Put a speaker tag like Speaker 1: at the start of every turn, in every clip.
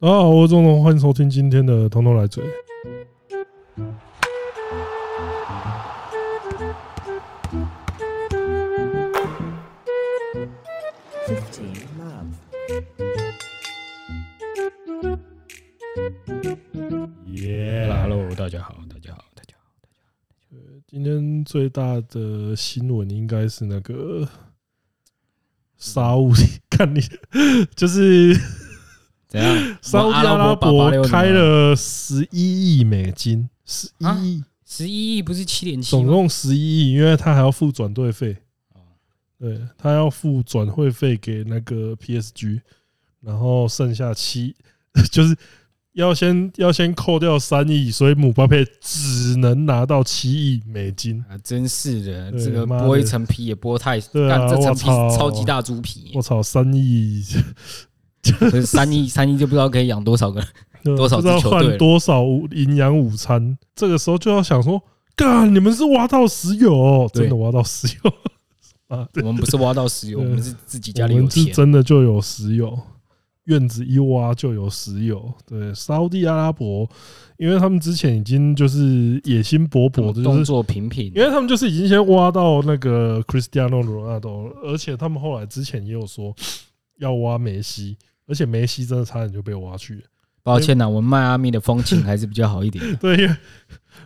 Speaker 1: 大家好，我是钟龙，欢迎收听今天的《通通来嘴》。
Speaker 2: 15 love.
Speaker 1: 耶
Speaker 3: Hello，大家好，大家好，大家好。
Speaker 1: 今天最大的新闻应该是那个沙乌地，看你 就是
Speaker 3: 怎 样？
Speaker 1: 沙乌地阿拉伯开了十一亿美金，十一
Speaker 3: 啊
Speaker 1: 亿，
Speaker 3: 十一亿，不是七点七？
Speaker 1: 总共十一亿，因为他还要付转队费
Speaker 3: 哦，
Speaker 1: 对他要付转会费给那个 PSG，然后剩下七 就是要先要先扣掉三亿，所以姆巴佩只能拿到七亿美金。
Speaker 3: 啊，真是的，
Speaker 1: 对
Speaker 3: 这个
Speaker 1: 妈的
Speaker 3: 剥一层皮也剥太，
Speaker 1: 对啊
Speaker 3: 干这层皮
Speaker 1: 我操
Speaker 3: 是超级大猪皮
Speaker 1: 我，操，三亿
Speaker 3: 可是三亿三亿就不知道可以养多少个人。多少
Speaker 1: 不知
Speaker 3: 支
Speaker 1: 道
Speaker 3: 球队
Speaker 1: 换
Speaker 3: 了
Speaker 1: 多少午营养午餐？这个时候就要想说，干你们是挖到石油哦，
Speaker 3: 对
Speaker 1: 真的挖到石油啊！对，
Speaker 3: 我们不是挖到石油，
Speaker 1: 对
Speaker 3: 我们是自己
Speaker 1: 我
Speaker 3: 家里有
Speaker 1: 们是
Speaker 3: 钱。
Speaker 1: 真的就有石油，院子一挖就有石油。对，沙烏地阿拉伯，因为他们之前已经就是野心勃勃的，就
Speaker 3: 动
Speaker 1: 是
Speaker 3: 作频频
Speaker 1: 因，为他们就是已经先挖到那个 Cristiano Ronaldo，而且他们后来之前也有说要挖梅西，而且梅西真的差点就被挖去了。。
Speaker 3: 抱歉呐、我们迈阿密的风情还是比较好一点的
Speaker 1: 对，因为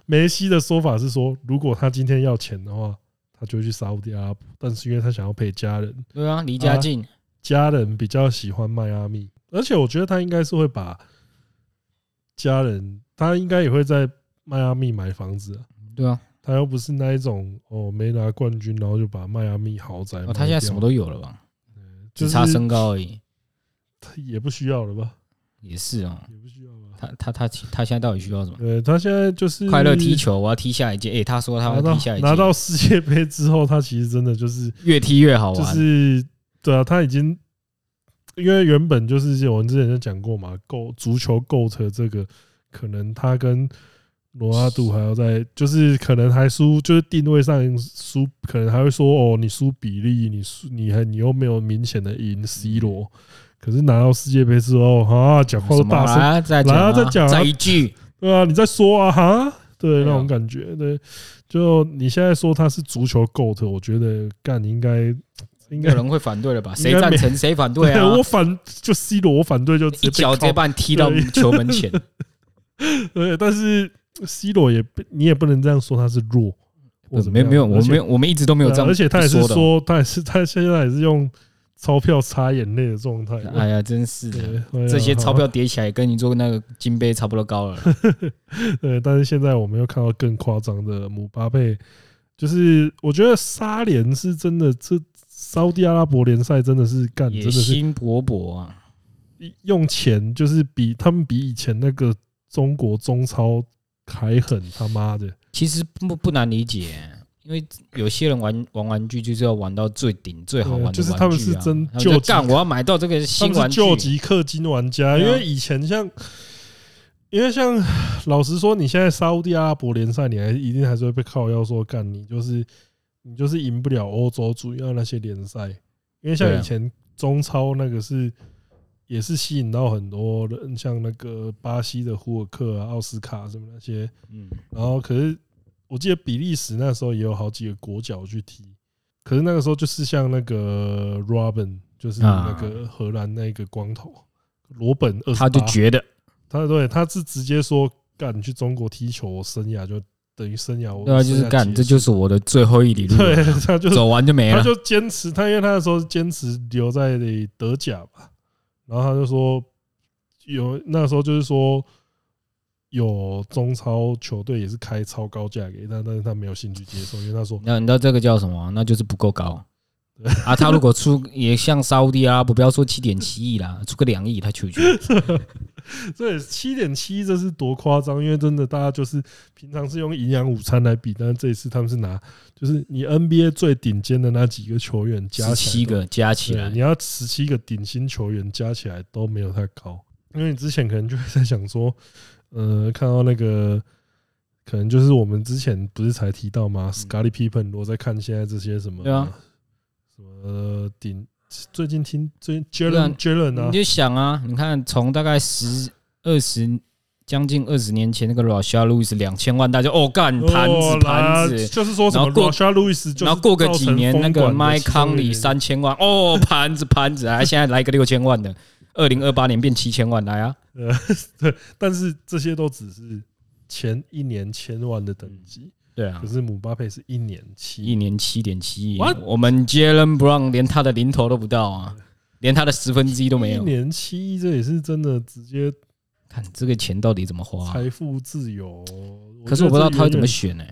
Speaker 1: 梅西的说法是说，如果他今天要钱的话，他就会去沙烏地阿拉伯，但是因为他想要陪家人，
Speaker 3: 对啊，离家近，
Speaker 1: 家人比较喜欢迈阿密，而且我觉得他应该是会把家人，他应该也会在迈阿密买房子、啊。
Speaker 3: 对啊，
Speaker 1: 他又不是那一种哦，没拿冠军，然后就把迈阿密豪宅卖掉、
Speaker 3: 哦他现在什么都有了吧？
Speaker 1: 哎就
Speaker 3: 只
Speaker 1: 是
Speaker 3: 差身高而已，
Speaker 1: 他也不需要了吧？
Speaker 3: 也是哦。
Speaker 1: 也不需要吧？
Speaker 3: 他他他他现在到底需要什么？
Speaker 1: 对他现在就是
Speaker 3: 快乐踢，球，我要踢下一届。哎诶，他说他
Speaker 1: 嗯拿
Speaker 3: 要
Speaker 1: 到
Speaker 3: 踢下一届，
Speaker 1: 拿到世界杯之后，他其实真的就是
Speaker 3: 越踢越好
Speaker 1: 就
Speaker 3: 玩。
Speaker 1: 是对啊，他已经因为原本就是我们之前就讲过嘛，构足球 GOAT 这个，可能他跟罗纳度还要在，就是可能还输，就是定位上输，可能还会说哦，你输比利，你输你还你又没有明显的赢
Speaker 3: 嗯
Speaker 1: C 罗，可是拿到世界杯之后啊，讲话都
Speaker 3: 什么
Speaker 1: 大声，
Speaker 3: 啊？再
Speaker 1: 来
Speaker 3: 讲
Speaker 1: 啊
Speaker 3: 啊，
Speaker 1: 再讲啊
Speaker 3: 再一句，
Speaker 1: 对啊，你在说啊哈，对
Speaker 3: 对啊
Speaker 1: 那种感觉，对，就你现在说他是足球 GOAT，我觉得干你应该 应
Speaker 3: 没
Speaker 1: 该
Speaker 3: 有人会反对了吧？
Speaker 1: 应该
Speaker 3: 谁
Speaker 1: 没
Speaker 3: 赞成谁反 对啊？
Speaker 1: 我反就 C 罗，我反对就直接
Speaker 3: 一
Speaker 1: 被
Speaker 3: 脚直接
Speaker 1: 敲
Speaker 3: 把你踢到
Speaker 1: 对
Speaker 3: 球 门前，
Speaker 1: 对，但是 C 罗也不，你也不能这样说他是弱，或
Speaker 3: 对
Speaker 1: 怎么
Speaker 3: 嗯没有
Speaker 1: 样
Speaker 3: 没有，我
Speaker 1: 而且
Speaker 3: 没有，我们一直都没有这
Speaker 1: 对啊
Speaker 3: 样，
Speaker 1: 而且他也是
Speaker 3: 说的哦。
Speaker 1: 说，他也是他现在也是用钞票擦眼泪的状态。
Speaker 3: 哎呀，真是的，
Speaker 1: 对，哎呀
Speaker 3: 这些钞票叠起来跟你做那个金杯差不 多高了。
Speaker 1: 对，但是现在我们又看到更夸张的姆巴佩，就是我觉得沙联是真的，这沙地阿拉伯联赛真的是干，真
Speaker 3: 野
Speaker 1: 的是
Speaker 3: 心勃勃啊！
Speaker 1: 用钱就是比他们比以前那个中国中超还狠，他妈的。
Speaker 3: 其实不不难理解，因为有些人玩玩玩具就是要玩到最顶、最好
Speaker 1: 对
Speaker 3: 玩的
Speaker 1: 啊
Speaker 3: 玩具
Speaker 1: 就
Speaker 3: 啊。
Speaker 1: 是他们是真
Speaker 3: 他们就
Speaker 1: 救急
Speaker 3: 干，我要买到这个
Speaker 1: 他
Speaker 3: 新
Speaker 1: 们是
Speaker 3: 玩具。
Speaker 1: 救急氪金玩家，因
Speaker 3: 对啊
Speaker 1: 为以前像，因为像 老实说，你现在沙烏地阿拉伯联赛，你还一定还是会被靠腰说干，你就是你就是赢不了欧洲主要那些联赛，因为像
Speaker 3: 对啊
Speaker 1: 以前中超那个是也是吸引到很多人，像那个巴西的胡尔克啊、奥斯卡什么那些，
Speaker 3: 嗯，
Speaker 1: 然后可是我记得比利时那时候也有好几个国脚去踢，可是那个时候就是像那个 Robin，就是
Speaker 3: 啊
Speaker 1: 那个荷兰那个光头罗本二十
Speaker 3: 他就觉得
Speaker 1: 他对他是直接说干你去中国踢球，我生涯就等于生涯我
Speaker 3: 对啊，就
Speaker 1: 生涯
Speaker 3: 是干，
Speaker 1: 结
Speaker 3: 这
Speaker 1: 束
Speaker 3: 就是我的最后一里路了，
Speaker 1: 对，他就
Speaker 3: 走完就没
Speaker 1: 他
Speaker 3: 了。
Speaker 1: 就坚持，他因为他那时候坚持留在德甲嘛，然后他就说有那时候就是说有中超球队也是开超高价给他，但是他没有兴趣接受，因为他说
Speaker 3: 那你知道这个叫什么？那就是不够高啊！他如果出也像沙烏地阿拉伯，不要说七点七亿啦，出个两亿他求 求。
Speaker 1: 这七点七这是多夸张，因为真的大家就是平常是用营养午餐来比，但是这一次他们是拿就是你 NBA 最顶尖的那几个球员加起
Speaker 3: 十
Speaker 1: 来
Speaker 3: 七
Speaker 1: 都
Speaker 3: 个加起
Speaker 1: 对啊
Speaker 3: 来
Speaker 1: 你，要十七个顶薪球员加起来都没有他高，因为你之前可能就会在想说，呃，看到那个，可能就是我们之前不是才提到吗？Scotty Pippen，我在看现在这些什么，
Speaker 3: 对啊，
Speaker 1: 什么顶最近听最近
Speaker 3: 对啊
Speaker 1: Jalen Jalen 啊
Speaker 3: 你，就想啊，你看从大概十二十将近二十年前那个 r a s h a Lewis 两千万，大家哦干盘
Speaker 1: 哦
Speaker 3: 子
Speaker 1: 啦
Speaker 3: 盘子，
Speaker 1: 就是说什么
Speaker 3: 然后过
Speaker 1: Rasha Lewis，就是
Speaker 3: 然后过个几年，那个
Speaker 1: 造成风管的
Speaker 3: My
Speaker 1: 其中
Speaker 3: Conley
Speaker 1: 一个原因
Speaker 3: 三千万哦，盘子盘子啊！现在来个六千万的，二零二八年变七千万来啊！
Speaker 1: 但是这些都只是前一年千万的等级，
Speaker 3: 对啊
Speaker 1: 可，是姆巴佩是一年
Speaker 3: 一
Speaker 1: 七，
Speaker 3: 年七点七亿
Speaker 1: What？，
Speaker 3: 我们 Jalen Brown 连他的零头都不到啊，连他的十分之一都没
Speaker 1: 一
Speaker 3: 有。
Speaker 1: 年七亿，这也是真的直接
Speaker 3: 看这个钱到底怎么花啊、
Speaker 1: 财富自由。
Speaker 3: 可是我不知道他会怎么
Speaker 1: 选，
Speaker 3: 选呢、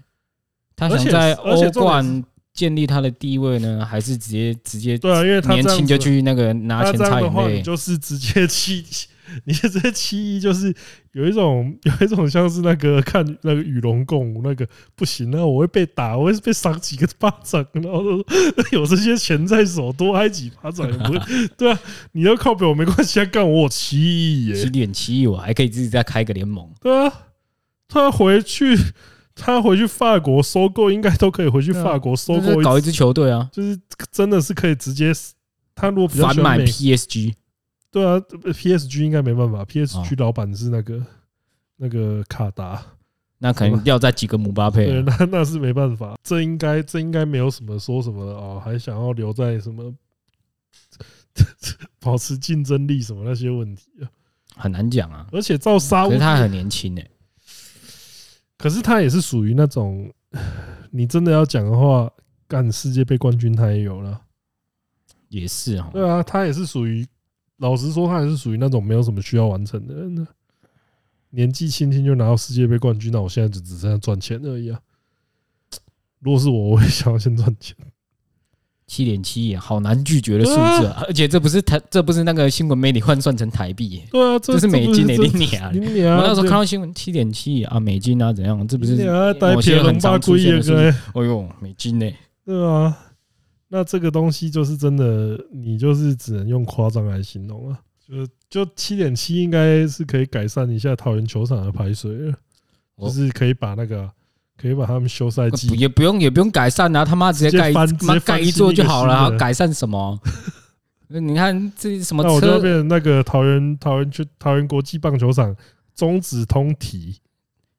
Speaker 3: 他
Speaker 1: 而
Speaker 3: 想
Speaker 1: 且
Speaker 3: 在
Speaker 1: 而
Speaker 3: 欧
Speaker 1: 且重点是
Speaker 3: 冠建立他的地位呢，还是直接直接
Speaker 1: 对啊，因为他
Speaker 3: 年
Speaker 1: 这样
Speaker 3: 轻就
Speaker 1: 子
Speaker 3: 去那个拿
Speaker 1: 那
Speaker 3: 钱
Speaker 1: 这样
Speaker 3: 擦
Speaker 1: 的
Speaker 3: 眼
Speaker 1: 话，你
Speaker 3: 泪？
Speaker 1: 就是直接七， 你直接七一，就是有一种 有一种像是那个看那个与龙共舞那个不行，那我会被打，我会被赏几个巴掌，然后就说那 有这些钱在手，多挨几巴掌也不 会。对啊，你要靠北我没关系，啊，干我有七亿耶，
Speaker 3: 七点七亿，我还可以自己再开个联盟。
Speaker 1: 对啊，他回去 他回去法国收购，应该都可以回去
Speaker 3: 对啊
Speaker 1: 法国收
Speaker 3: 就是
Speaker 1: 购
Speaker 3: 搞一
Speaker 1: 支，
Speaker 3: 支球队啊，
Speaker 1: 就是真的是可以直接。他如果比较
Speaker 3: 反
Speaker 1: 喜欢
Speaker 3: 买
Speaker 1: 美
Speaker 3: PSG。
Speaker 1: 对啊呃，PSG 应该没办法
Speaker 3: 哦
Speaker 1: ，PSG 老板是那个、那个卡达，
Speaker 3: 那可能要再几个姆巴佩
Speaker 1: 对，
Speaker 3: 啊、
Speaker 1: 那那是没办法，这应该这应该没有什么说什么哦，还想要留在什么 保持竞争力什么那些问题啊，
Speaker 3: 很难讲啊。
Speaker 1: 而且照沙
Speaker 3: 可
Speaker 1: 乌
Speaker 3: 是
Speaker 1: 地，
Speaker 3: 他很年轻欸诶、
Speaker 1: 可是他也是属于那种， 你真的要讲的话，干世界杯冠军他也有了，
Speaker 3: 也是哦。
Speaker 1: 对啊，他也是属于，老实说，他也是属于那种没有什么需要完成的人呢。年纪轻轻就拿到世界杯冠军，那我现在就只剩下赚钱而已啊。如果是我，我也想要先赚钱。
Speaker 3: 七点七亿，好难拒绝的数字、啊， 而且这不是台，这不是那个新闻媒体换算成台币、耶
Speaker 1: 对啊，
Speaker 3: 这是美金
Speaker 1: 的
Speaker 3: 诶、欸，你啊！
Speaker 1: 零点
Speaker 3: 我
Speaker 1: 啊！
Speaker 3: 那时候看到新闻七点七啊，美金啊怎样？这不是
Speaker 1: 零点啊，带
Speaker 3: 某
Speaker 1: 撇
Speaker 3: 些
Speaker 1: 龙
Speaker 3: 很
Speaker 1: 八
Speaker 3: 常出
Speaker 1: 龟
Speaker 3: 现
Speaker 1: 也
Speaker 3: 的事
Speaker 1: 可
Speaker 3: 情
Speaker 1: 以。
Speaker 3: 哎呦，美金呢、
Speaker 1: 对啊，那这个东西就是真的，你就是只能用夸张来形容啊。就就七点七应该是可以改善一下桃园球场的排水了，
Speaker 3: 哦
Speaker 1: 就是可以把那个啊可以把他们休赛季
Speaker 3: 不也不用也不用改善啊，他妈直接
Speaker 1: 直接
Speaker 3: 盖一
Speaker 1: 翻直
Speaker 3: 妈
Speaker 1: 接
Speaker 3: 盖
Speaker 1: 翻
Speaker 3: 一座
Speaker 1: 新一
Speaker 3: 就
Speaker 1: 个
Speaker 3: 好
Speaker 1: 新
Speaker 3: 了啊，
Speaker 1: 的
Speaker 3: 改善什么？ 你看这什么
Speaker 1: 那我就要
Speaker 3: 车
Speaker 1: 变成那个桃园桃园区桃园国际棒球场中止通体，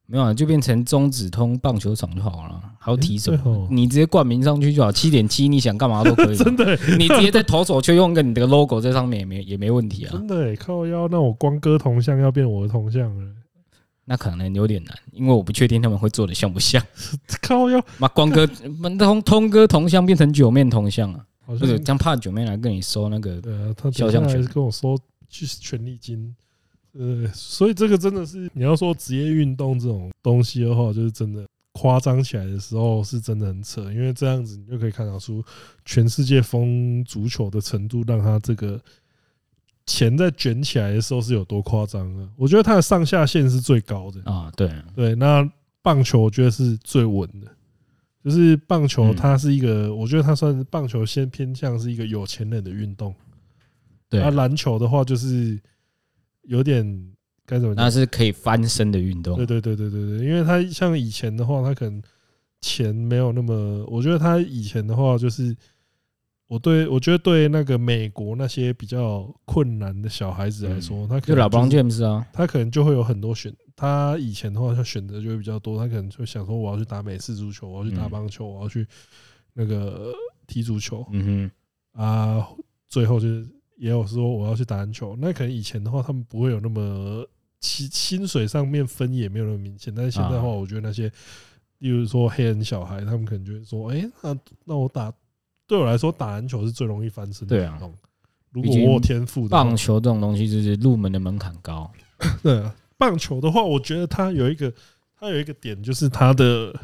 Speaker 3: 没有、啊，就变成中指通棒球场就好了，还要提什
Speaker 1: 诶对
Speaker 3: 么
Speaker 1: 哦？
Speaker 3: 你直接冠名上去就好，七点七，你想干嘛都可 以。
Speaker 1: 真，的欸、
Speaker 3: 你直接在投手区用个你的 logo 在上面也没也没 问题啊。
Speaker 1: 真的、欸、靠腰，那我光哥铜像要变我的铜像 了，
Speaker 3: 那可能有点难，因为我不确定他们会做的像不像。
Speaker 1: 靠腰
Speaker 3: 妈，光哥通通哥铜像变成九面铜像啊，
Speaker 1: 好
Speaker 3: 不
Speaker 1: 像
Speaker 3: 是这样怕九面来跟你收那个。
Speaker 1: 对啊，他等
Speaker 3: 肖
Speaker 1: 一下
Speaker 3: 像权
Speaker 1: 还是跟我说去权力金，呃，所以这个真的是你要说职业运动这种东西的话，就是真的夸张起来的时候是真的很扯，因为这样子你就可以看得出全世界风足球的程度，让它这个钱在卷起来的时候是有多夸张啊！我觉得它的上下限是最高的，
Speaker 3: 啊，对啊，
Speaker 1: 对，那棒球我觉得是最稳的，就是棒球
Speaker 3: 嗯
Speaker 1: 它是一个，我觉得它算是棒球先偏向是一个有钱人的运动。
Speaker 3: 对啊
Speaker 1: 那，篮球的话就是有点该怎么
Speaker 3: 那
Speaker 1: 讲？
Speaker 3: 是可以翻身的运动
Speaker 1: 对。对对对对对，因为他像以前的话，他可能钱没有那么，我觉得他以前的话就是。我对我觉得对那个美国那些比较困难的小孩子来说，他可
Speaker 3: 嗯就
Speaker 1: 能
Speaker 3: 老
Speaker 1: 就是
Speaker 3: Brown James 啊，
Speaker 1: 他可能就会有很多选，他以前的话他选择就会比较多，他可能就想说我要去打美式足球，我要去打
Speaker 3: 嗯
Speaker 1: 棒球，我要去那个踢足球
Speaker 3: 嗯
Speaker 1: 啊，最后就是也有说我要去打篮球。那可能以前的话他们不会有那么薪薪水上面分也没有那么明显，但是现在的话，
Speaker 3: 啊
Speaker 1: 我觉得那些例如说黑人小孩，他们可能就会说，哎，那那我打对我来说打篮球是最容易翻身的
Speaker 3: 对啊
Speaker 1: 运动。如
Speaker 3: 毕
Speaker 1: 果我有
Speaker 3: 竟
Speaker 1: 天赋
Speaker 3: 哼，
Speaker 1: 的话，
Speaker 3: 棒球这种东西就是入门的门槛高。
Speaker 1: 对啊，棒球的话，我觉得它有一个，它有一个点就是它的，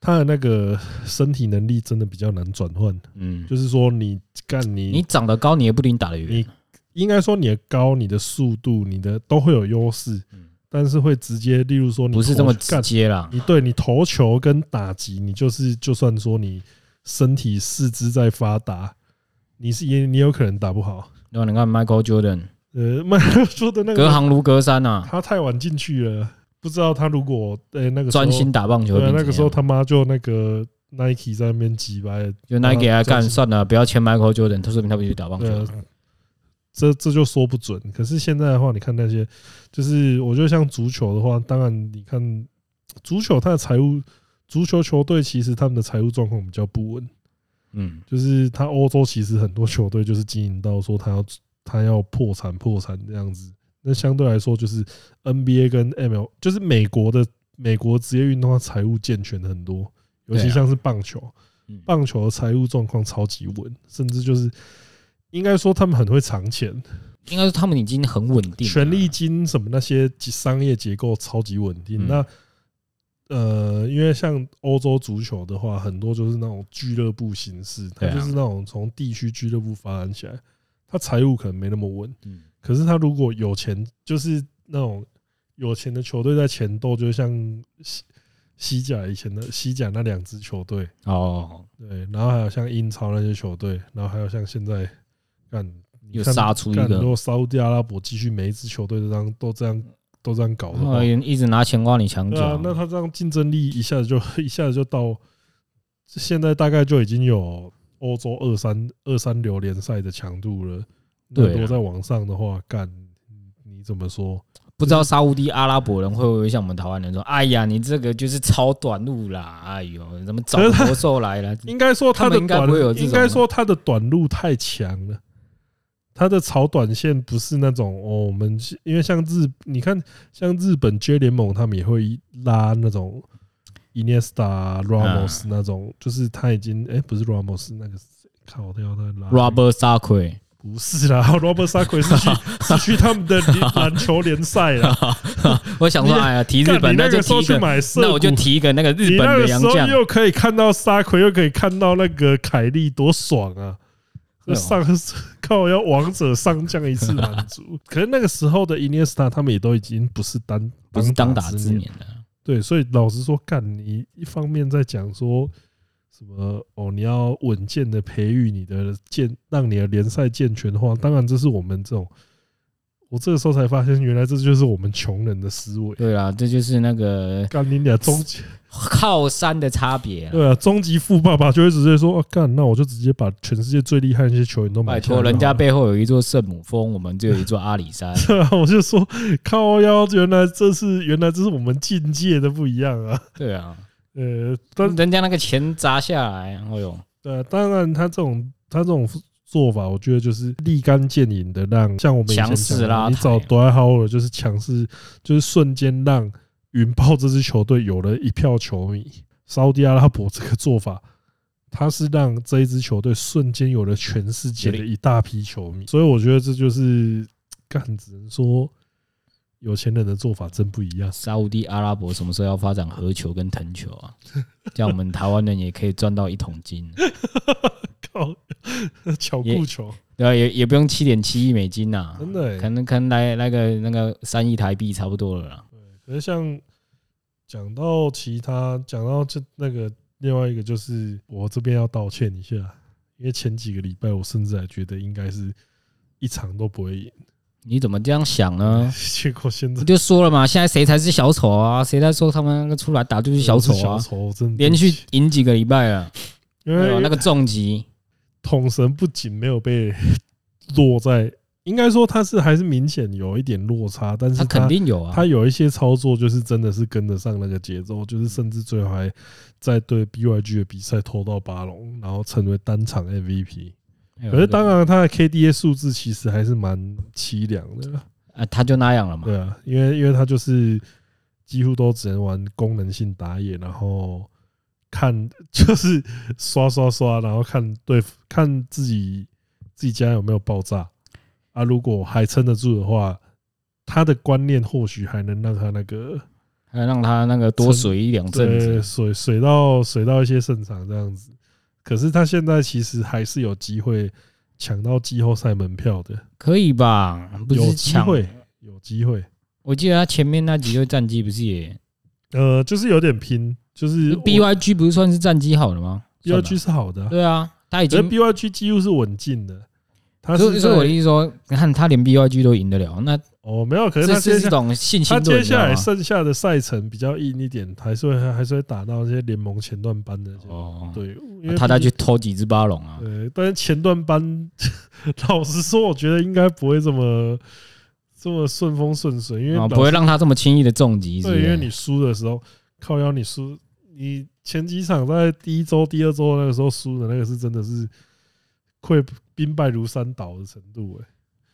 Speaker 1: 它的那个身体能力真的比较难转换。
Speaker 3: 嗯，
Speaker 1: 就是说你，干
Speaker 3: 你
Speaker 1: 你，
Speaker 3: 长得高，你也不一定打得远
Speaker 1: 你。应该说你的高、你的速度、你的都会有优势
Speaker 3: 嗯，
Speaker 1: 但是会直接，例如说你
Speaker 3: 不是
Speaker 1: 投
Speaker 3: 这么
Speaker 1: 干
Speaker 3: 直接啦。
Speaker 1: 你对你投球跟打击，你就是就算说你身体四肢在发达，你是也你有可能打不好。
Speaker 3: 对吧？你看 Michael Jordan，
Speaker 1: 呃，麦克说的那个
Speaker 3: 隔行如隔山啊，
Speaker 1: 他太晚进去了，不知道他如果呃、那个时候
Speaker 3: 专心打棒球。
Speaker 1: 对啊，那个时候他妈就那个 Nike 在那边挤掰，
Speaker 3: 就 Nike
Speaker 1: 啊
Speaker 3: 啊，干
Speaker 1: 这是
Speaker 3: 算了，不要签 Michael Jordan，他说明他们去打棒球
Speaker 1: 对。啊这这就说不准。可是现在的话，你看那些，就是我觉得像足球的话，当然你看足球它的财务，足球球队其实他们的财务状况比较不稳，
Speaker 3: 嗯，
Speaker 1: 就是他欧洲其实很多球队就是经营到说他要他要破产破产这样子。那相对来说，就是 NBA 跟 ML，就是美国的美国职业运动，它财务健全很多，尤其
Speaker 3: 对啊
Speaker 1: 像是棒球，
Speaker 3: 嗯
Speaker 1: 棒球的财务状况超级稳，甚至就是应该说他们很会藏钱，
Speaker 3: 应该是他们已经很稳定了，啊
Speaker 1: 权利金什么那些商业结构超级稳定。
Speaker 3: 嗯
Speaker 1: 那呃，因为像欧洲足球的话，很多就是那种俱乐部形式，它
Speaker 3: 对啊
Speaker 1: 就是那种从地区俱乐部发展起来，它财务可能没那么稳。
Speaker 3: 嗯，
Speaker 1: 可是他如果有钱，就是那种有钱的球队在前斗，就像西西甲以前的西甲那两支球队，
Speaker 3: 哦，
Speaker 1: 对，然后还有像英超那些球队，然后还有像现在干
Speaker 3: 又杀出一
Speaker 1: 干如
Speaker 3: 个，
Speaker 1: 果沙烏地阿拉伯继续每一支球队都这样都这样都这样搞的话，
Speaker 3: 哦一直拿钱挖你墙
Speaker 1: 对
Speaker 3: 角
Speaker 1: 啊，，那他这样竞争力一下子就一下子就到现在大概就已经有欧洲二三二三流联赛的强度了。那
Speaker 3: 对啊
Speaker 1: 如果在网上的话，干你怎么说？
Speaker 3: 不知道沙乌地阿拉伯人会不会像我们台湾人说：“哎呀，你这个就是超短路啦！”哎呦，你怎么找
Speaker 1: 可是他
Speaker 3: 魔兽来了？
Speaker 1: 应该说他
Speaker 3: 他们
Speaker 1: 的
Speaker 3: 应该
Speaker 1: 短
Speaker 3: 不会有这种啊
Speaker 1: 应该说他的短路太强了。他的炒短线不是那种哦，我们因为像日，你看像日本 J 联盟，他们也会拉那种 Iniesta、Ramos
Speaker 3: 啊
Speaker 1: 那种，就是他已经哎、不是 Ramos 那个谁靠掉在 拉
Speaker 3: Robert s a k e
Speaker 1: 不是啦 ，Robert s a k 是去是去他们的 篮球联赛啦。
Speaker 3: 我想说，
Speaker 1: 你
Speaker 3: 哎呀，提日
Speaker 1: 干
Speaker 3: 本
Speaker 1: 你那
Speaker 3: 就
Speaker 1: 个时
Speaker 3: 提
Speaker 1: 候
Speaker 3: 一
Speaker 1: 去
Speaker 3: 个，
Speaker 1: 买涩谷，
Speaker 3: 那我就提一个那个
Speaker 1: 你
Speaker 3: 日
Speaker 1: 那
Speaker 3: 本
Speaker 1: 个
Speaker 3: 的
Speaker 1: 时
Speaker 3: 洋
Speaker 1: 候
Speaker 3: 将，
Speaker 1: 又可以看到沙奎，又可以看到那个凯利，多爽啊！
Speaker 3: 对哦
Speaker 1: 上 靠要王者上将一次满 足。可是那个时候的 Iniesta 他们也都已经不是单
Speaker 3: 不是当打
Speaker 1: 之
Speaker 3: 之年 啊的。
Speaker 1: 对，所以老实说，干你一方面在讲说什么哦，你要稳健的培育你的健，让你的联赛健全的话，当然这是我们这种。我这个时候才发现，原来这就是我们穷人的思维。
Speaker 3: 对啦，这就是那个
Speaker 1: 干你俩终极
Speaker 3: 靠山的差别啦。
Speaker 1: 对啊，终极富爸爸就会直接说：“啊，干，那我就直接把全世界最厉害的那些球员都买下来
Speaker 3: 拜托，
Speaker 1: 就好了。”
Speaker 3: 人家背后有一座圣母峰，我们就有一座阿里山。
Speaker 1: 对啊，我就说靠腰，原来这是原来这是我们境界的不一样啊。
Speaker 3: 对啊，
Speaker 1: 呃，但
Speaker 3: 人家那个钱砸下来，哎呦，
Speaker 1: 呃，当然他这种他这种做法，我觉得就是立竿见影的让像我们以前
Speaker 3: 强势
Speaker 1: 讲的
Speaker 3: 拉
Speaker 1: 你
Speaker 3: 抬啊
Speaker 1: 找 d w y h o w 就是强势，就是瞬间让云豹这支球队有了一票球迷。沙烏地阿拉伯这个做法，他是让这一支球队瞬间有了全世界的一大批球迷，所以我觉得这就是干，只能说有钱人的做法真不一样。
Speaker 3: 沙烏地阿拉伯什么时候要发展合球跟藤球啊？ 这样我们台湾人也可以赚到一桶金，
Speaker 1: 靠，巧固球
Speaker 3: 对啊，也也不用七点七亿美金呐、
Speaker 1: 真的欸
Speaker 3: 可能可能来来个那个三亿台币差不多了啦。
Speaker 1: 可是像讲到其他，讲到这那个另外一个，就是我这边要道歉一下，因为前几个礼拜我甚至还觉得应该是一场都不会赢，？
Speaker 3: 你怎么这样想呢
Speaker 1: 结果现在
Speaker 3: 我就说了嘛，现在谁才是小丑啊？谁在说他们那个出来打就是小丑
Speaker 1: 小
Speaker 3: 啊？
Speaker 1: 丑真的对
Speaker 3: 连
Speaker 1: 不
Speaker 3: 续
Speaker 1: 起
Speaker 3: 赢几个礼拜了，
Speaker 1: 因
Speaker 3: 对
Speaker 1: 为
Speaker 3: 吧那个重击，
Speaker 1: 统神不仅没有 被落在，应该说他是还是明显有一点落差，但是
Speaker 3: 他肯定有啊
Speaker 1: 他。有一些操作就是真的是跟得上那个节奏，就是甚至最后还在对 BYG 的比赛拖到八龙，然后成为单场 MVP。
Speaker 3: 哎呦
Speaker 1: 可是当然，他的 KDA 数字其实还是蛮凄凉的，
Speaker 3: 啊，他就那样了嘛。
Speaker 1: 对啊，因为因为他就是几乎都只能玩功能性打野，然后看就是刷刷刷，然后看对付看自己自己家有没有爆炸啊，如果还撑得住的话。他的观念或许还能让他那个
Speaker 3: 还让他那个多水一两阵
Speaker 1: 对，
Speaker 3: 子，
Speaker 1: 水水到水到一些胜场这样子。可是他现在其实还是有机会抢到季后赛门票的，
Speaker 3: 可以吧？不
Speaker 1: 有
Speaker 3: 是
Speaker 1: 机
Speaker 3: 抢，
Speaker 1: 会，有机会。
Speaker 3: 我记得他前面那几个战绩不是也
Speaker 1: 呃，就是有点拼，就是我
Speaker 3: BYG 不是算是战绩好的吗
Speaker 1: BYG
Speaker 3: 算吧
Speaker 1: 是好的啊、
Speaker 3: 对啊，他已
Speaker 1: 可是
Speaker 3: 经
Speaker 1: BYG 几乎是稳进的，他
Speaker 3: 所以
Speaker 1: 是
Speaker 3: 所以我的
Speaker 1: 在
Speaker 3: 意思说，你看他连 B Y G 都赢得了，那
Speaker 1: 哦没有，可是
Speaker 3: 这
Speaker 1: 他
Speaker 3: 是
Speaker 1: 接
Speaker 3: 这
Speaker 1: 下
Speaker 3: 种信心
Speaker 1: 他
Speaker 3: 论，
Speaker 1: 接
Speaker 3: 你知道
Speaker 1: 下
Speaker 3: 吗
Speaker 1: 来剩下的赛程比较硬一点，还是会还是会打到这些联盟前段班的这些
Speaker 3: 哦，
Speaker 1: 队伍，因
Speaker 3: 那
Speaker 1: 为
Speaker 3: 他再
Speaker 1: 毕
Speaker 3: 去偷几只巴龙啊
Speaker 1: 竟，对，但是前段班 老实说，我觉得应该不会这么这么顺风顺水，因为
Speaker 3: 啊，
Speaker 1: 老
Speaker 3: 不会
Speaker 1: 实
Speaker 3: 让他这么轻易的中击，是不
Speaker 1: 对，因为
Speaker 3: 是？
Speaker 1: 你输的时候靠腰，你输你前几场在第一周、第二周那个时候输的那个是真的是溃兵败如山倒的程度哎、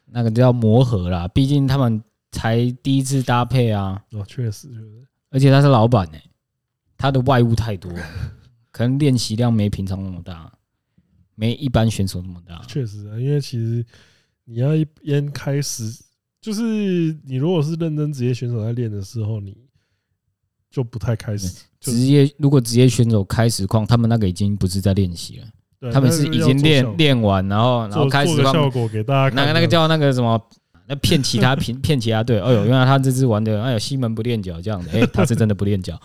Speaker 3: 那个叫磨合啦，毕竟他们才第一次搭配啊，
Speaker 1: 哦，确实确实，
Speaker 3: 而且他是老板呢、欸他的外务太多 了，可能练习量没平常那么大，没一般选手那么大。
Speaker 1: 确实啊，因为其实你要一边开始，就是你如果是认真职业选手在练的时候，你就不太开始，就
Speaker 3: 职业如果职业选手开实况，他们那个已经不是在练习了，
Speaker 1: 对啊
Speaker 3: 他们
Speaker 1: 那
Speaker 3: 是
Speaker 1: 个
Speaker 3: 已
Speaker 1: 要
Speaker 3: 经
Speaker 1: 做效
Speaker 3: 练练完，然后然后
Speaker 1: 做
Speaker 3: 开
Speaker 1: 做个
Speaker 3: 实况，
Speaker 1: 效果给大家看，
Speaker 3: 那个那个叫那个什么？那骗其 他平骗其他队，哎呦，原来他这支玩的，哎呦，西门不练脚这样 的，哎，他是真的不练脚，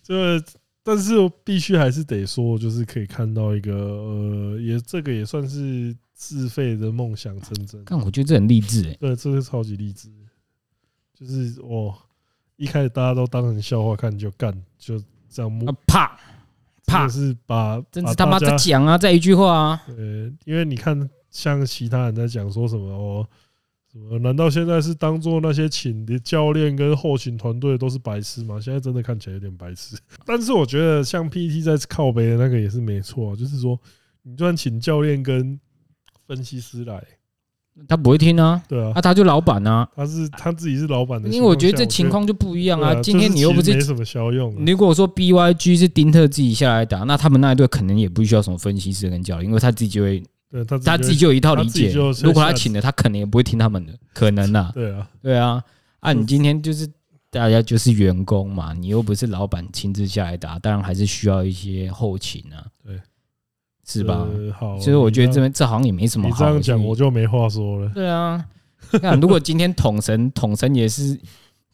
Speaker 1: 这，但是我必须还是得说，就是可以看到一个呃，也这个也算是自费的梦想成真。
Speaker 3: 但我觉得这很励志哎、
Speaker 1: 对，这是超级励志，就是哦，一开始大家都当成笑话看，就干就这样摸
Speaker 3: 啊，啪，
Speaker 1: 真
Speaker 3: 怕
Speaker 1: 的是把
Speaker 3: 真
Speaker 1: 把
Speaker 3: 是他妈
Speaker 1: 大家
Speaker 3: 在讲啊，在一句话啊，
Speaker 1: 呃，因为你看，像其他人在讲说什么哦，什么？难道现在是当做那些请的教练跟后勤团队都是白痴吗？现在真的看起来有点白痴。 但是我觉得像 PT 在靠背的那个也是没错啊、就是说你就算请教练跟分析师来，
Speaker 3: 他不会听啊，
Speaker 1: 对啊
Speaker 3: 啊，，他就老板啊，
Speaker 1: 他是他自己是老板的
Speaker 3: 因
Speaker 1: 情况下，
Speaker 3: 为我觉得这情况就不一样
Speaker 1: 对啊，
Speaker 3: 啊，今天你又不
Speaker 1: 就是其实没什么效用啊、
Speaker 3: 如果说 B Y G 是丁特自己下来打，那他们那一队可能也不需要什么分析师跟教练，因为他自己就会
Speaker 1: 对他
Speaker 3: 他自己
Speaker 1: 就
Speaker 3: 就有一套理
Speaker 1: 他自己
Speaker 3: 解
Speaker 1: 就是。
Speaker 3: 如果他请了，他可能也不会听他们的，可能啊，
Speaker 1: 对啊，
Speaker 3: 对啊，啊，
Speaker 1: 就
Speaker 3: 你今天就是大家就是员工嘛，你又不是老板亲自下来打，当然还是需要一些后勤啊，
Speaker 1: 对，
Speaker 3: 是吧？
Speaker 1: 呃好，
Speaker 3: 所以我觉得这
Speaker 1: 你
Speaker 3: 边这好像也没什
Speaker 1: 这
Speaker 3: 么
Speaker 1: 样你
Speaker 3: 好
Speaker 1: 这样讲，
Speaker 3: 去
Speaker 1: 我就没话说了。
Speaker 3: 对啊，那如果今天统神统神也是，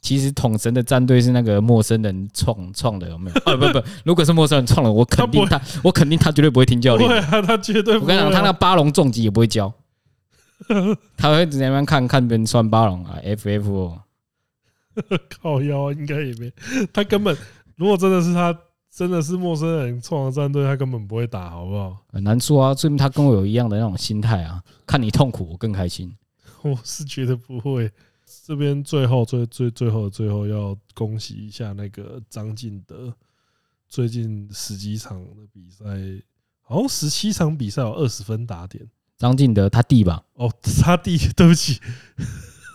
Speaker 3: 其实统神的战队是那个陌生人创创的，有没有？啊，不不，如果是陌生人创了，我肯定他，我肯定他绝对不会听教
Speaker 1: 不会
Speaker 3: 练。
Speaker 1: 啊，他绝 对
Speaker 3: 我
Speaker 1: 不
Speaker 3: 跟
Speaker 1: 会
Speaker 3: 你
Speaker 1: 啊、
Speaker 3: 讲，他那八龙重击也不会 教，他会直接慢慢看看别人算八龙啊，F F 哦，
Speaker 1: 靠腰啊应该也没，他根本如果真的是他真的是陌生人创的战队，他根本不会打，好不好？
Speaker 3: 很难说啊。说明他跟我有一样的那种心态啊，看你痛苦我更开心。
Speaker 1: 我是觉得不会。这边最后最最最后最后要恭喜一下那个张敬德，最近十几场的比赛，好像十七场比赛有二十分打点
Speaker 3: 张敬德他弟 吧，
Speaker 1: 哦，他弟，对不起，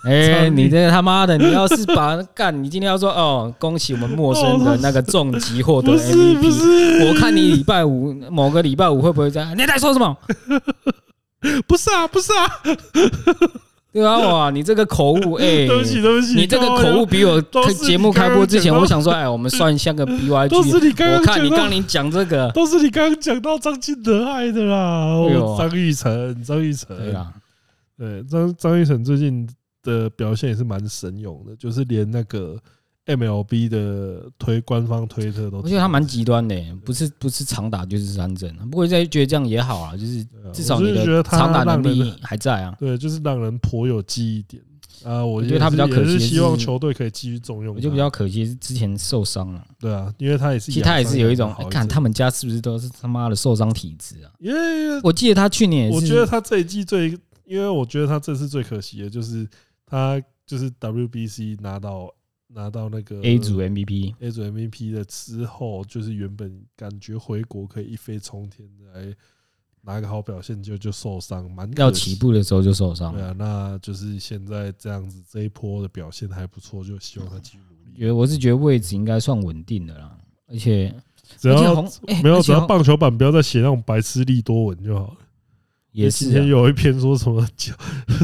Speaker 3: 哎、
Speaker 1: 张力
Speaker 3: 你这他妈的，你要是把干，你今天要说哦，恭喜我们陌生的那个重疾获得
Speaker 1: 不是不
Speaker 3: MVP。
Speaker 1: 是，
Speaker 3: 我看你礼拜五某个礼拜五会不会这样？你在说什么？
Speaker 1: 不是啊不是啊，
Speaker 3: 对啊，哇，你这个口 误，哎、
Speaker 1: 对不起对不起，
Speaker 3: 你这个
Speaker 1: 靠
Speaker 3: 口误
Speaker 1: 腰
Speaker 3: 比我
Speaker 1: 都是你
Speaker 3: 节目开播之前，
Speaker 1: 刚刚讲到
Speaker 3: 我想说，哎，我们算一下个 BYG。
Speaker 1: 都是你刚刚
Speaker 3: 我看
Speaker 1: 讲
Speaker 3: 你
Speaker 1: 到
Speaker 3: 刚刚你讲这 个，
Speaker 1: 都是你刚刚讲到张敬德害的啦，
Speaker 3: 哎呦
Speaker 1: 哦张玉成，张玉成，
Speaker 3: 对啊啦，
Speaker 1: 对，张张玉成最近的表现也是蛮神勇的，就是连那个 MLB 的推官方推特都，
Speaker 3: 我觉得他蛮极端的、不是不是长打就是三振，啊不过在觉得这样也好啊，就是
Speaker 1: 对啊，
Speaker 3: 至少
Speaker 1: 我
Speaker 3: 你
Speaker 1: 就是觉
Speaker 3: 的
Speaker 1: 得他
Speaker 3: 长打能
Speaker 1: 让
Speaker 3: 力
Speaker 1: 人
Speaker 3: 还在啊。
Speaker 1: 对，就是让人颇有记忆点啊。我
Speaker 3: 我觉
Speaker 1: 也
Speaker 3: 得他
Speaker 1: 是
Speaker 3: 比较可惜
Speaker 1: 也是
Speaker 3: 的
Speaker 1: 希望
Speaker 3: 是
Speaker 1: 球队可以继续重用他，
Speaker 3: 我就比较可惜是之前受伤了。
Speaker 1: 对啊，因为他也是
Speaker 3: 其
Speaker 1: 养伤养得好一阵，
Speaker 3: 实他也是有一种，哎看他
Speaker 1: 们，
Speaker 3: 们家是不是都是他妈的受伤体质啊？
Speaker 1: 因为
Speaker 3: 我记得他去年也
Speaker 1: 我觉得
Speaker 3: 是，
Speaker 1: 他这一季最，因为我觉得他这次最可惜的就是他就是 WBC 拿到拿到那个
Speaker 3: A 组 MVP，
Speaker 1: A 组 MVP 的之后，就是原本感觉回国可以一飞冲天来拿个好表现，就就受伤，蛮可
Speaker 3: 要
Speaker 1: 惜
Speaker 3: 起。步的时候就受伤
Speaker 1: 呃对，啊，那就是现在这样子，这一波的表现还不错，就希望他继续努力。
Speaker 3: 觉得我是觉得位置应该算稳定的啦，而且
Speaker 1: 只
Speaker 3: 而且
Speaker 1: 要
Speaker 3: 红哎
Speaker 1: 没有，
Speaker 3: 而且
Speaker 1: 只要
Speaker 3: 红
Speaker 1: 棒球版不要再写那种白痴利多文就好了。
Speaker 3: 也
Speaker 1: 今
Speaker 3: 是
Speaker 1: 天
Speaker 3: 啊
Speaker 1: 有一篇说什么叫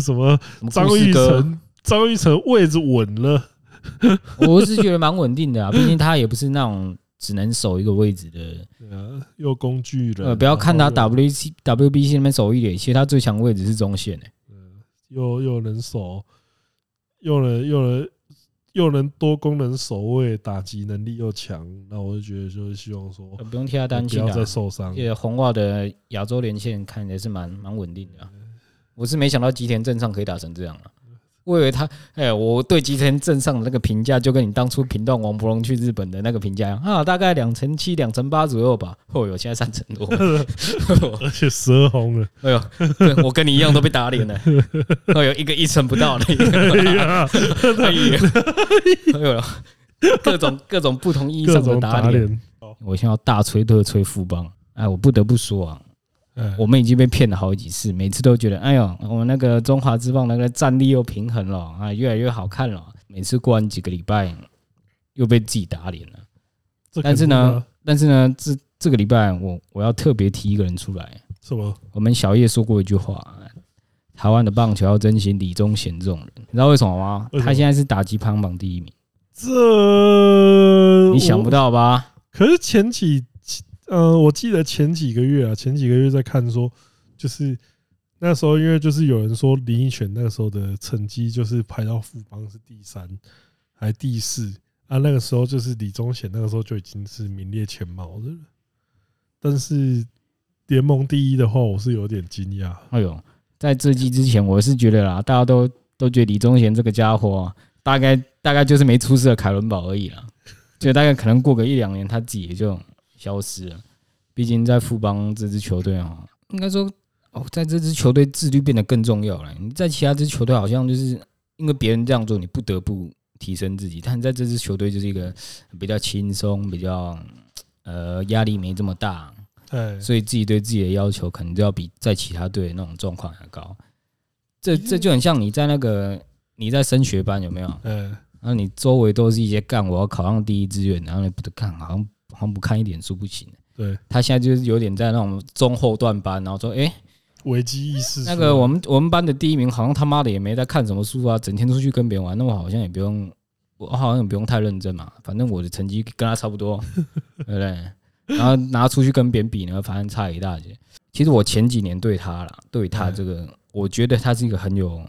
Speaker 1: 什么
Speaker 3: 什么
Speaker 1: 张
Speaker 3: 故事
Speaker 1: 玉
Speaker 3: 哥，
Speaker 1: 成，张玉成位置稳了，
Speaker 3: 我是觉得蛮稳定的啊，毕竟他也不是那种只能守一个位置的。
Speaker 1: 对啊，又工具人。啊
Speaker 3: 呃，不要看他
Speaker 1: 然后
Speaker 3: WC WBC 那边守一垒，其实他最强位欸置是中线诶、
Speaker 1: 又又又能守，又能又能又能多功能守卫，打击能力又强，那我就觉得就是希望说
Speaker 3: 呃不用替他担
Speaker 1: 哦不
Speaker 3: 心
Speaker 1: 要
Speaker 3: 啊
Speaker 1: 再。受伤
Speaker 3: 而。且红袜的亚洲连线看起来是蛮蛮稳定的啊、我是没想到吉田镇上可以打成这样啊。我以为他，哎、我对吉田镇上的那个评价，就跟你当初评断王伯龙去日本的那个评价一样啊，大概两成七、两成八左右吧。哦哟，现在三成多，
Speaker 1: 而且十二红了，
Speaker 3: 哎呦，对我跟你一样都被打脸了。哎呦，一个一成不到的，
Speaker 1: 哎呀，
Speaker 3: 哎呦，哎呦，各种各种不同意义
Speaker 1: 各
Speaker 3: 上的
Speaker 1: 种
Speaker 3: 打
Speaker 1: 打
Speaker 3: 脸。
Speaker 1: 脸。
Speaker 3: 我现在要大吹特吹富邦，哎，我不得不说啊，
Speaker 1: 哎，
Speaker 3: 我们已经被骗了好几次，每次都觉得，哎呦，我们那个中华之棒那个战力又平衡了啊，越来越好看了。每次过完几个礼拜，又被自己打脸了。
Speaker 1: 这
Speaker 3: 但是
Speaker 1: 肯定
Speaker 3: 呢
Speaker 1: 啊，，
Speaker 3: 但是呢，这这个礼拜我我要特别提一个人出来。
Speaker 1: 什么？
Speaker 3: 我们小叶说过一句话：台湾的棒球要珍惜李宗贤这种人。你知道为什么吗
Speaker 1: 为？什么
Speaker 3: 他现在是打击排行榜第一名，
Speaker 1: 这
Speaker 3: 你想不
Speaker 1: 我
Speaker 3: 到吧？
Speaker 1: 可是前几，呃，我记得前几个月啊，前几个月在看说，就是那时候因为就是有人说林奕泉那个时候的成绩就是排到富邦是第三，还第四啊，那个时候就是李宗贤那个时候就已经是名列前茅的了，但是联盟第一的话，我是有点惊讶。
Speaker 3: 哎呦，在这季之前，我是觉得啦，大家都都觉得李宗贤这个家伙啊、大概大概就是没出事的凯伦堡而已啦。 就大概可能过个一两年，他自己也就消失了。毕竟在富邦这支球队啊，应该说哦，在这支球队自律变得更重要了。你在其他支球队好像就是因为别人这样做，你不得不提升自己，但在这支球队就是一个比较轻松，比较呃压力没这么大，
Speaker 1: 哎，
Speaker 3: 所以自己对自己的要求可能就要比在其他队的那种状况还高。这这就很像你在那个你在升学班有没有？
Speaker 1: 哎，
Speaker 3: 然后你周围都是一些干我要考上第一志愿，然后你不得干，好像好像不看一点书不行。
Speaker 1: 对，
Speaker 3: 他现在就是有点在那种中后段班，然后说，哎、
Speaker 1: 危机意识出来。
Speaker 3: 那个我们我们班的第一名好像他妈的也没在看什么书啊，整天出去跟别人玩，那我好像也不用，我好像也不用太认真嘛，反正我的成绩跟他差不多，对不对？然后拿出去跟别人比呢，反正差一大截。其实我前几年对他啦，对他这个，我觉得他是一个很有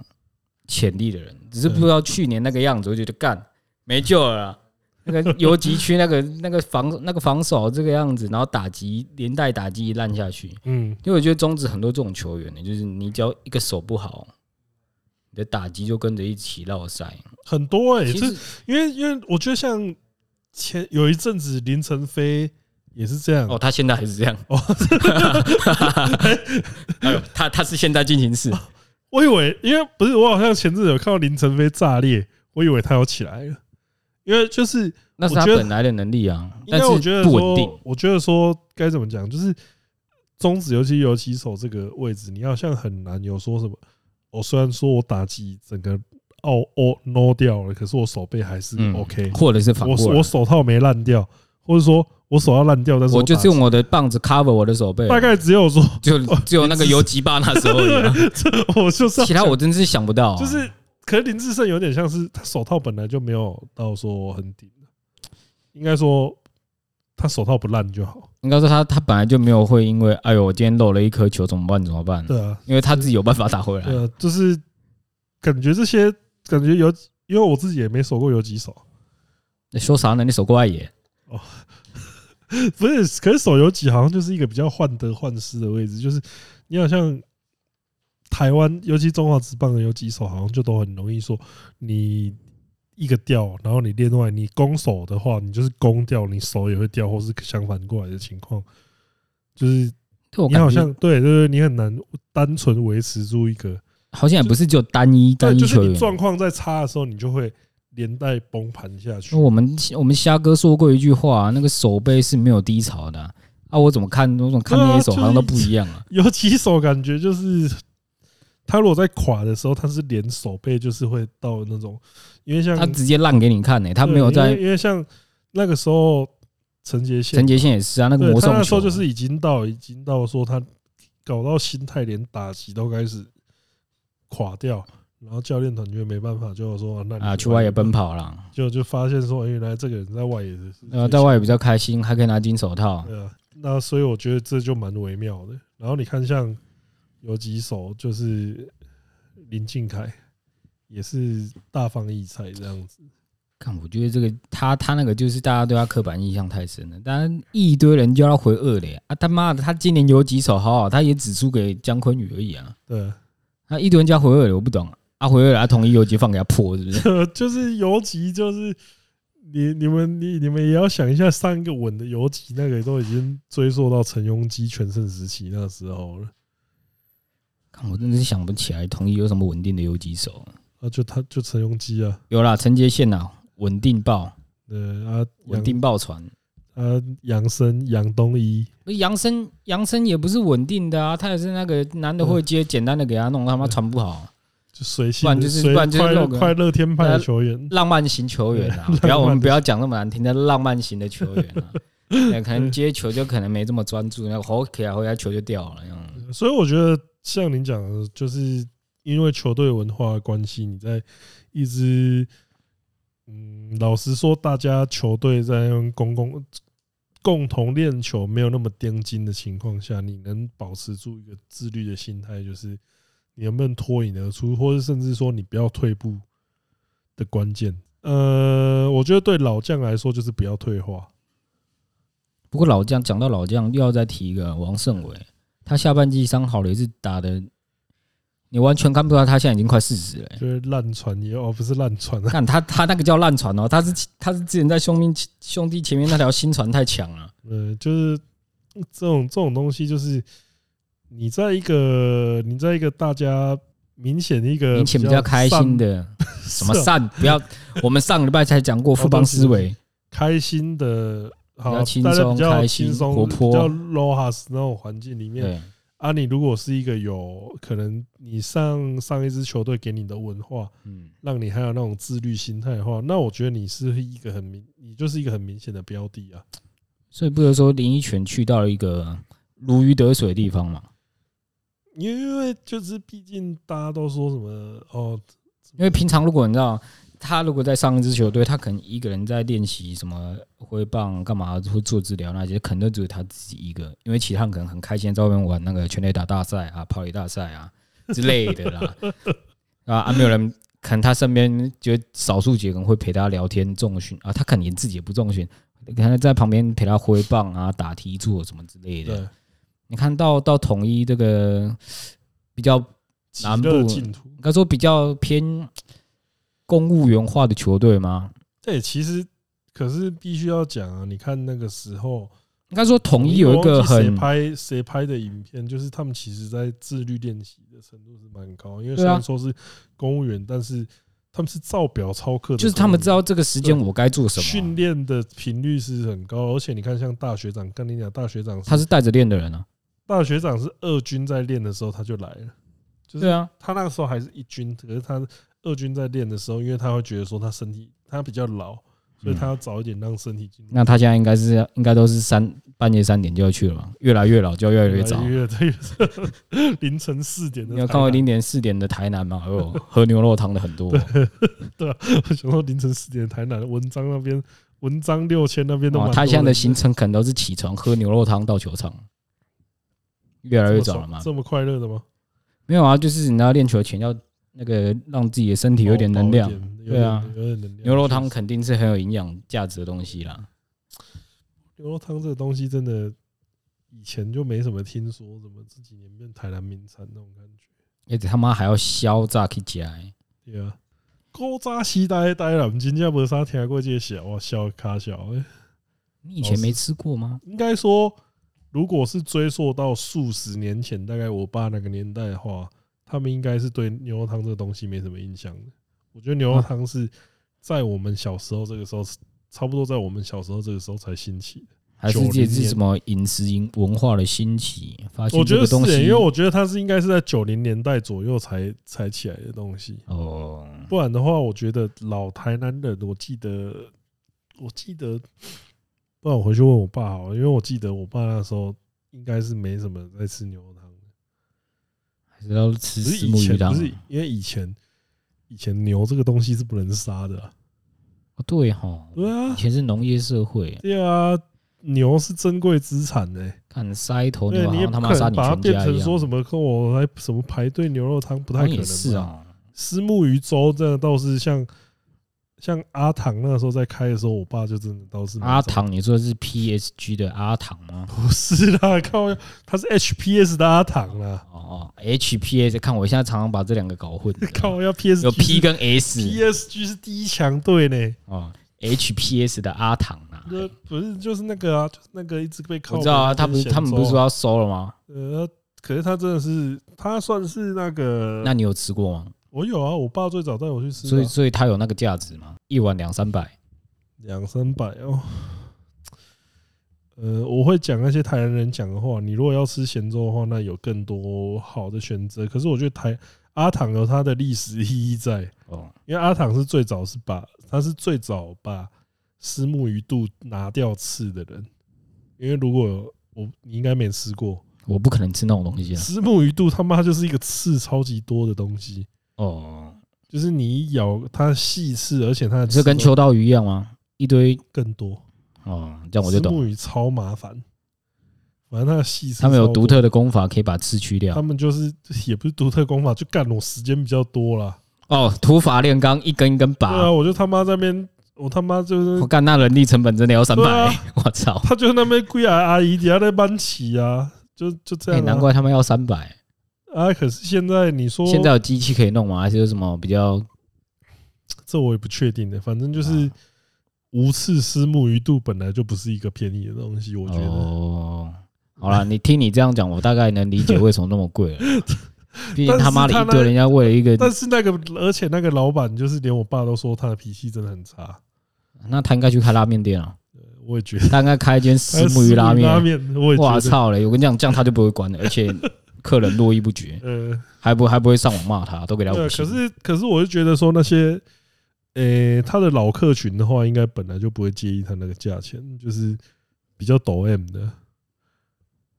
Speaker 3: 潜力的人，只是不知道去年那个样子，我就觉得干没救了啦。 那个游击区那个那个防那个防守这个样子，然后打击连带打击烂下去，
Speaker 1: 嗯，
Speaker 3: 因为我觉得中职很多这种球员呢，就是你只要一个手不好，你的打击就跟着一起落塞。
Speaker 1: 很多哎、
Speaker 3: 其
Speaker 1: 这
Speaker 3: 实
Speaker 1: 因为因为我觉得像前有一阵子林晨飞也是这样，
Speaker 3: 哦，他现在还是这样。
Speaker 1: 嗯哦
Speaker 3: 哦，哎呦，他他是现在进行式，
Speaker 1: 哦我以为因为不是我好像前阵子有看到林晨飞炸裂，我以为他要起来了，因为就是
Speaker 3: 那是他
Speaker 1: 我觉得
Speaker 3: 本来的能力啊，
Speaker 1: 应
Speaker 3: 但
Speaker 1: 该
Speaker 3: 是
Speaker 1: 我觉得
Speaker 3: 不稳定
Speaker 1: 说，。我觉得说该怎么讲，就是中指尤其尤其手这个位置，你好像很难有说什么。我虽然说我打击整个哦哦 no 掉了，可是我手背还是
Speaker 3: 嗯
Speaker 1: OK，、
Speaker 3: 或者是反
Speaker 1: 我
Speaker 3: 过
Speaker 1: 我
Speaker 3: 来，
Speaker 1: 手套没烂掉，或者说我手要烂掉，但是
Speaker 3: 我就
Speaker 1: 打
Speaker 3: 是用我的棒子 cover 我的手背，
Speaker 1: 大概只有说
Speaker 3: 就只有那个游击吧那时候而已啊，
Speaker 1: 我 就是要
Speaker 3: 其他我真是想不到啊。
Speaker 1: 就是，可是林志胜有点像是他手套本来就没有到说很顶的，应该说他手套不烂就好。
Speaker 3: 应该说他他本来就没有会因为哎呦我今天漏了一颗球怎么办怎么办，
Speaker 1: 对啊，
Speaker 3: 因为他自己有办法打回来。
Speaker 1: 对啊，就是感觉这些感觉有，因为我自己也没手过有几手，
Speaker 3: 说啥呢？你手过来也。
Speaker 1: 不是，可是手游几好像就是一个比较患得患失的位置，就是你好像台湾，尤其中华职棒的有几手，好像就都很容易说你一个掉，然后你另外你攻手的话，你就是攻掉，你手也会掉，或是相反过来的情况，就是
Speaker 3: 对我
Speaker 1: 你
Speaker 3: 感
Speaker 1: 好
Speaker 3: 觉
Speaker 1: 像对对对，你很难单纯维持住一个，
Speaker 3: 好像也不是只有单一
Speaker 1: 对，
Speaker 3: 单一
Speaker 1: 就是
Speaker 3: 球
Speaker 1: 你
Speaker 3: 员。
Speaker 1: 状况在差的时候，你就会连带崩盘下去
Speaker 3: 那。我们我们虾哥说过一句话、啊那个手背是没有低潮的啊。啊我怎么看，我怎么看
Speaker 1: 对啊
Speaker 3: 那些手
Speaker 1: 就是
Speaker 3: 好像都不一样啊。
Speaker 1: 有几手感觉就是，他如果在垮的时候，他是连手背就是会到那种，因为像
Speaker 3: 他直接烂给你看呢、他
Speaker 1: 对
Speaker 3: 没有
Speaker 1: 因
Speaker 3: 在
Speaker 1: 为因为像那个时候陈杰宪，
Speaker 3: 陈杰宪也是啊，那个
Speaker 1: 对
Speaker 3: 魔
Speaker 1: 他
Speaker 3: 兽
Speaker 1: 那时
Speaker 3: 球
Speaker 1: 候就是已经到已经到说他搞到心态连打击都开始垮掉，然后教练团就没办法，就说、啊、那你
Speaker 3: 啊去外野奔
Speaker 1: 跑，
Speaker 3: 跑啦，
Speaker 1: 就就发现说，哎原来这个人在外野的嗯是
Speaker 3: 呃，在外野比较开心，还可以拿金手套。
Speaker 1: 对啊，那所以我觉得这就蛮微妙的。然后你看，像有几首就是林俊凯也是大放异彩这样子，
Speaker 3: 看，我觉得这个他他那个就是大家对他刻板印象太深了，当然一堆人叫他回二垒啊，他妈的，他今年有几手好好，他也只输给姜昆宇而已啊，
Speaker 1: 对，
Speaker 3: 那一堆人叫他回二垒，我不懂啊，啊回二垒，啊统一游击放给他破是不是？
Speaker 1: 就是游击，就是你你们你你们也要想一下，上一个稳的游击那个都已经追溯到陈庸基全盛时期那时候了。
Speaker 3: 看我真的是想不起来统一有什么稳定的游击手，
Speaker 1: 啊，就他就陈庸基啊，
Speaker 3: 有啦，陈杰宪呐，稳定爆，
Speaker 1: 对啊，
Speaker 3: 稳
Speaker 1: 杨
Speaker 3: 定爆传。
Speaker 1: 啊杨森、杨东一，
Speaker 3: 不是杨森，杨森也不是稳定的啊，他也是那个男的会接简单的给他弄，他妈传不 好，
Speaker 1: 就随
Speaker 3: 不
Speaker 1: 性
Speaker 3: 然就是
Speaker 1: 随
Speaker 3: 不然就是
Speaker 1: 快乐
Speaker 3: 那个
Speaker 1: 快乐天派的球员，
Speaker 3: 浪漫型球员啊，不要我们不要讲那么难听的浪漫型的球员 啊，对可能接球就可能没这么专注，那个吼起来回来球就掉了，嗯
Speaker 1: 所以我觉得像您讲的，就是因为球队文化的关系，你在一支嗯，老实说，大家球队在用公共共同练球没有那么颠金的情况下，你能保持住一个自律的心态，就是你能不能脱颖而出，或者甚至说你不要退步的关键。呃，我觉得对老将来说，就是不要退化。
Speaker 3: 不过老将讲到老将，又要再提一个王胜伟，他下半季伤好了也是打的，你完全看不出来他现在已经快四十 了欸、
Speaker 1: 就是烂船也哦，不是烂船啊，
Speaker 3: 看他他那个叫烂船哦，他是他是之前在兄弟兄弟前面那条新船太强啊了。
Speaker 1: 呃，就是这种这种东西，就是你在一个你在一个大家明显的一个
Speaker 3: 引起比较哦开心的
Speaker 1: 散
Speaker 3: 什么善不要，我们上礼拜才讲过富邦思维，
Speaker 1: 开心的，好，啊
Speaker 3: 轻
Speaker 1: 大家
Speaker 3: 松
Speaker 1: 比较
Speaker 3: 开心
Speaker 1: 轻松、
Speaker 3: 活泼
Speaker 1: 比较 lohas 那种环境里面，
Speaker 3: 对，
Speaker 1: 啊，你如果是一个有可能你上上一支球队给你的文化，
Speaker 3: 嗯，
Speaker 1: 让你还有那种自律心态的话，那我觉得你是一个很明，你就是一个很明显的标的啊。
Speaker 3: 所以不能说林依泉去到了一个如鱼得水的地方嘛，
Speaker 1: 因为就是毕竟大家都说什么哦，
Speaker 3: 因为平常如果你知道他如果在上一支球队，他可能一个人在练习什么挥棒干嘛，或做治疗那些，可能都只有他自己一个，因为其他人可能很开心在外面玩那个全垒打大赛啊、跑垒大赛啊之类的啦， 啊啊没有人。可能他身边就少数几个人会陪他聊天重训啊，他可能连自己也不重训，可能在旁边陪他挥棒啊、打踢做什么之类的。
Speaker 1: 对，
Speaker 3: 你看到到统一这个比较
Speaker 1: 极
Speaker 3: 南部
Speaker 1: 乐净土。
Speaker 3: 应该说比较偏公务员化的球队吗？
Speaker 1: 对，哎其实可是必须要讲啊，你看那个时候，
Speaker 3: 应该说统一有一个
Speaker 1: 我忘记谁
Speaker 3: 很
Speaker 1: 拍谁拍的影片，就是他们其实在自律练习的程度是蛮高，因为
Speaker 3: 对啊
Speaker 1: 虽然说是公务员，但是他们是照表操课的公务员，
Speaker 3: 就是他们知道这个时间我该做什
Speaker 1: 训
Speaker 3: 么，啊
Speaker 1: 练的频率是很高，而且你看像大学长，跟你讲大学长是，
Speaker 3: 他是带着练的人啊。
Speaker 1: 大学长是二军在练的时候他就来了，就是
Speaker 3: 对啊，
Speaker 1: 他那个时候还是一军，可是他二军在练的时候，因为他会觉得说他身体他比较老，所以他要早一点让身体进入。
Speaker 3: 嗯那他现在应该是应该都是三半夜三点就要去了嘛，越来越老就越来越早。
Speaker 1: 越来越早 凌晨四点的台南。
Speaker 3: 你有看过零点四点的台 南吗？哦，喝牛肉汤的很多，
Speaker 1: 我想到凌晨四点的台南文章那边，文章六千那边都蛮多人。
Speaker 3: 哇，哦他现在的行程可能都是起床喝牛肉汤到球场，越来越早了嘛。
Speaker 1: 这么快乐的吗？
Speaker 3: 没有啊，就是你要练球前要那个让自己的身体有点能量
Speaker 1: 哦饱，一点，有
Speaker 3: 对啊
Speaker 1: 点有点能量。
Speaker 3: 牛肉汤
Speaker 1: 确实，
Speaker 3: 肯定是很有营养价值的东西啦。
Speaker 1: 牛肉汤这个东西真的以前就没什么听说，怎么这几年变台南名产那种感觉？
Speaker 3: 而且他妈还要削炸去加，欸
Speaker 1: 对啊，古早时代的台南真正没啥听过这个小哇小卡小的。
Speaker 3: 你以前没吃过吗？
Speaker 1: 应该说，如果是追溯到数十年前，大概我爸那个年代的话，他们应该是对牛肉汤这个东西没什么印象的。我觉得牛肉汤是在我们小时候这个时候，差不多在我们小时候这个时候才兴起的。
Speaker 3: 还是这是什么饮食文化的兴起？发现
Speaker 1: 我觉
Speaker 3: 这
Speaker 1: 得
Speaker 3: 个
Speaker 1: 是、
Speaker 3: 东
Speaker 1: 欸，
Speaker 3: 西
Speaker 1: 因为我觉得它是应该是在九零年代左右才才起来的东西。
Speaker 3: 哦，
Speaker 1: 不然的话，我觉得老台南人，我记得，我记得，不然我回去问我爸好了，因为我记得我爸那时候应该是没什么在吃牛肉汤的。
Speaker 3: 还是要吃
Speaker 1: 不是
Speaker 3: 石
Speaker 1: 以
Speaker 3: 木鱼
Speaker 1: 前，
Speaker 3: 汤啊
Speaker 1: 不。是因为以前，以前牛这个东西是不能杀的啊、
Speaker 3: 哦对哈，
Speaker 1: 对
Speaker 3: 以
Speaker 1: 啊，
Speaker 3: 前是农业社会，
Speaker 1: 对啊，牛是珍贵资产呢、
Speaker 3: 看杀一头
Speaker 1: 对
Speaker 3: 哦
Speaker 1: 啊
Speaker 3: 牛，好
Speaker 1: 你也
Speaker 3: 像
Speaker 1: 不
Speaker 3: 他妈
Speaker 1: 可
Speaker 3: 杀
Speaker 1: 能
Speaker 3: 你
Speaker 1: 把它
Speaker 3: 全
Speaker 1: 变
Speaker 3: 家一
Speaker 1: 成
Speaker 3: 样
Speaker 1: 说。什么跟我来什么排队牛肉汤，不太
Speaker 3: 好
Speaker 1: 可
Speaker 3: 像啊
Speaker 1: 能。
Speaker 3: 也是，哦，
Speaker 1: 虱目鱼粥这倒是像像阿唐那个时候在开的时候，我爸就真的倒是没
Speaker 3: 阿
Speaker 1: 在
Speaker 3: 唐，你说的是 PSG 的阿唐吗？
Speaker 1: 不是啦， 靠，他是 HPS 的阿唐啦，，
Speaker 3: 哦哦，HPS，看我现在常常把这两个搞混
Speaker 1: 靠，要 PS
Speaker 3: 有 P 跟 S
Speaker 1: PSG 是第一强队呢，
Speaker 3: 哦，HPS 的阿唐啊，
Speaker 1: 那不是就是那个啊，就是那个一直被靠
Speaker 3: 我
Speaker 1: 北
Speaker 3: 知道啊，
Speaker 1: 那
Speaker 3: 他
Speaker 1: 个
Speaker 3: 不是
Speaker 1: 咸
Speaker 3: 他们
Speaker 1: 粥
Speaker 3: 不是说
Speaker 1: 啊
Speaker 3: 要收了吗？
Speaker 1: 呃，可是他真的是他算是那个，
Speaker 3: 那你有吃过吗？
Speaker 1: 我有啊，我爸最早带我去吃
Speaker 3: 所以
Speaker 1: 的啊，
Speaker 3: 所以它有那个价值吗？一碗两三百，
Speaker 1: 两三百哦。呃，我会讲那些台南人讲的话。你如果要吃咸粥的话，那有更多好的选择。可是我觉得台阿唐有它的历史意义在，
Speaker 3: 哦
Speaker 1: 因为阿唐是最早是把他是最早把虱目鱼肚拿掉刺的人，因为如果有我你应该没吃过
Speaker 3: 我不可能吃那种东西啊。
Speaker 1: 虱目鱼肚，他妈就是一个刺超级多的东西，
Speaker 3: 哦，
Speaker 1: 就是你一咬它细刺，而且它的
Speaker 3: 这
Speaker 1: 刺
Speaker 3: 跟秋刀鱼一样吗？一堆
Speaker 1: 更多，
Speaker 3: 哦，这样我就
Speaker 1: 虱
Speaker 3: 懂
Speaker 1: 目
Speaker 3: 了。
Speaker 1: 鱼超麻烦，反正它的细刺
Speaker 3: 他们有
Speaker 1: 超多
Speaker 3: 独，特的功法可以把刺去
Speaker 1: 他
Speaker 3: 掉。
Speaker 1: 们就是 也不是独特功法，就干我时间比较多啦。
Speaker 3: 哦，土法炼钢，一根一根
Speaker 1: 对啊，
Speaker 3: 拔。
Speaker 1: 我就他妈在那边，我他妈就是
Speaker 3: 我干，那人力成本真的要三
Speaker 1: 对啊
Speaker 3: 百， 我操！
Speaker 1: 他就那边贵啊，阿姨底下在搬起啊，就就这
Speaker 3: 哎，
Speaker 1: 样、啊
Speaker 3: 难怪他们要三百。
Speaker 1: 啊！可是现在你说，
Speaker 3: 现在有机器可以弄吗？还是有什么比较？
Speaker 1: 这我也不确定的，反正就是
Speaker 3: 啊
Speaker 1: 无刺丝木鱼肚本来就不是一个便宜的东西，我觉得。
Speaker 3: 哦，好了，你听你这样讲，我大概能理解为什么那么 贵了。毕竟他妈的
Speaker 1: 但是他
Speaker 3: 一
Speaker 1: 那
Speaker 3: 堆人家为了一个
Speaker 1: 但，是那个，而且那个老板就是连我爸都说他的脾气真的很差，呃
Speaker 3: 那他应该去开拉面店啊，
Speaker 1: 我也觉得。呃
Speaker 3: 他应该开一间
Speaker 1: 还
Speaker 3: 石
Speaker 1: 有
Speaker 3: 木鱼拉面
Speaker 1: 拉。面，我也觉
Speaker 3: 哇
Speaker 1: 得。
Speaker 3: 操嘞！我跟你讲，这样他就不会关了，而且客人络绎不绝，
Speaker 1: 呃，
Speaker 3: 还不还不会上网骂他，都给他
Speaker 1: 对
Speaker 3: 五
Speaker 1: 啊，可
Speaker 3: 星。
Speaker 1: 是可是我就觉得说那些，呃，他的老客群的话，应该本来就不会介意他那个价钱，就是比较抖 M 的，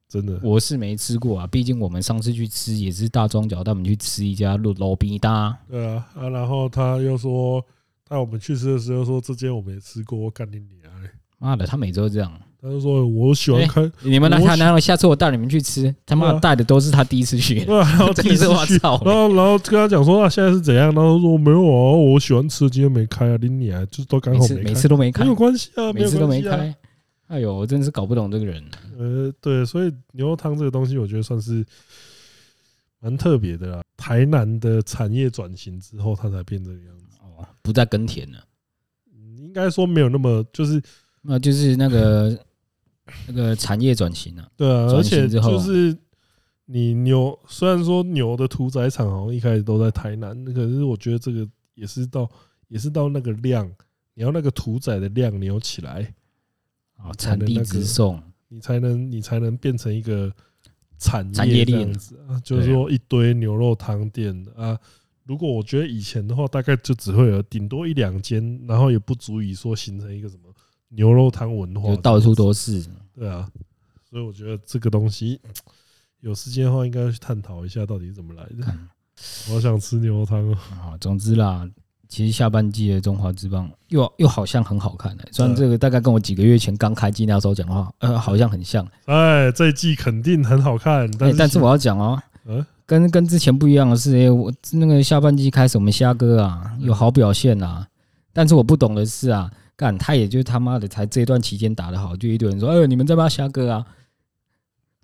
Speaker 1: 真的。
Speaker 3: 我是没吃过啊，毕竟我们上次去吃也是大庄脚带我们去吃一家路路边搭，
Speaker 1: 对啊，啊，然后他又说带我们去吃的时候说这间我没吃过，我干你娘嘞！
Speaker 3: 妈的，他每周这样。
Speaker 1: 他就说我喜欢开，
Speaker 3: 你们来
Speaker 1: 我
Speaker 3: 看，
Speaker 1: 喜
Speaker 3: 然后下次我带你们去吃，他妈
Speaker 1: 对
Speaker 3: 的
Speaker 1: 啊
Speaker 3: 带的都是他第一次去，
Speaker 1: 对啊，然后第 一
Speaker 3: 真的是
Speaker 1: 次
Speaker 3: 我
Speaker 1: 去，
Speaker 3: 操
Speaker 1: 然
Speaker 3: 嘞！
Speaker 1: 后然后跟他讲说啊现在是怎样，然后说没有啊，我喜欢吃，今天没开啊，拎你啊，就是都刚
Speaker 3: 每
Speaker 1: 好
Speaker 3: 次
Speaker 1: 没
Speaker 3: 每
Speaker 1: 开
Speaker 3: 次，都没开
Speaker 1: 没有，关系啊，
Speaker 3: 每
Speaker 1: 有
Speaker 3: 次都
Speaker 1: 关
Speaker 3: 没
Speaker 1: 系啊。
Speaker 3: 开。哎呦，我真是搞不懂这个人。
Speaker 1: 呃，对，所以牛肉汤这个东西，我觉得算是蛮特别的啦。台南的产业转型之后，它才变这个样子。
Speaker 3: 哦，不再耕田了，
Speaker 1: 嗯应该说没有那么，就是
Speaker 3: 那就是那 个那个产业转型啊。
Speaker 1: 对啊，而
Speaker 3: 转型
Speaker 1: 且
Speaker 3: 之后
Speaker 1: 就是你牛，虽然说牛的屠宰场好像一开始都在台南，可是我觉得这个也是到也是到那个量，你要那个屠宰的量牛起来，
Speaker 3: 哦，产地直送，
Speaker 1: 你才能你才能变成一个产
Speaker 3: 产
Speaker 1: 业
Speaker 3: 业
Speaker 1: 这
Speaker 3: 链
Speaker 1: 样子啊，就是说一堆牛肉汤店啊。如果我觉得以前的话，大概就只会有顶多一两间，然后也不足以说形成一个什么牛肉汤文化
Speaker 3: 就，到处都是。
Speaker 1: 对啊。所以我觉得这个东西有时间的话，应该要去探讨一下到底是怎么来的。我好想吃牛肉汤哦，
Speaker 3: 啊、总之啦，其实下半季的中华之棒又又好像很好看的、虽然这个大概跟我几个月前刚开季那时候讲的话，呃，好像很像，
Speaker 1: 哎，这一季肯定很好看，但
Speaker 3: 哎
Speaker 1: 是
Speaker 3: 但是我要讲哦
Speaker 1: 嗯。
Speaker 3: 跟跟之前不一样的是，哎我那个下半季开始，我们虾哥啊
Speaker 1: 嗯
Speaker 3: 有好表现啊，但是我不懂的是啊，干他也就他妈的才这段期间打得好，就一堆人说，哎呦你们在骂虾哥啊，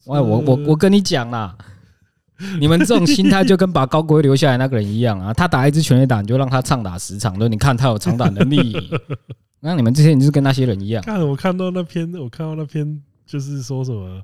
Speaker 3: 喂我我
Speaker 1: 嗯
Speaker 3: 我跟你讲啦，你们这种心态就跟把高国辉留下来那个人一样啊，他打一支全垒打，你就让他畅打十场，说你看他有长打能 力，那你们这些人就是跟那些人一样，
Speaker 1: 看我看到那篇，我看到那篇就是说什么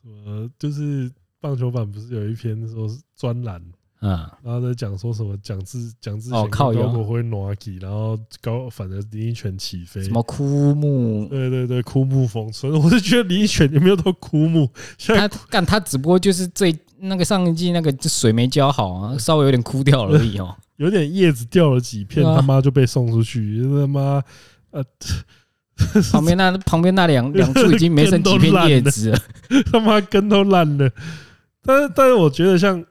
Speaker 1: 什么，就是棒球版不是有一篇说是专栏，
Speaker 3: 嗯，
Speaker 1: 然后在讲说什么蒋志蒋志
Speaker 3: 哦
Speaker 1: 贤
Speaker 3: 靠
Speaker 1: 跟高
Speaker 3: 腰
Speaker 1: 国辉挪起，然后高反而林一拳起飞
Speaker 3: 什。么枯木，
Speaker 1: 对对对，枯木逢春， 我是觉得林一拳有没有都枯木？现在
Speaker 3: 他干他只不过就是最那个上一季那个水没浇好啊，稍微有点枯掉了而 已哦。
Speaker 1: 有点叶子掉了几片，
Speaker 3: 对啊
Speaker 1: 他妈就被送出去，他妈呃，
Speaker 3: 旁边那旁边那两两处已经没剩几片叶子了，
Speaker 1: 他妈根都烂了。但是，但是我觉得像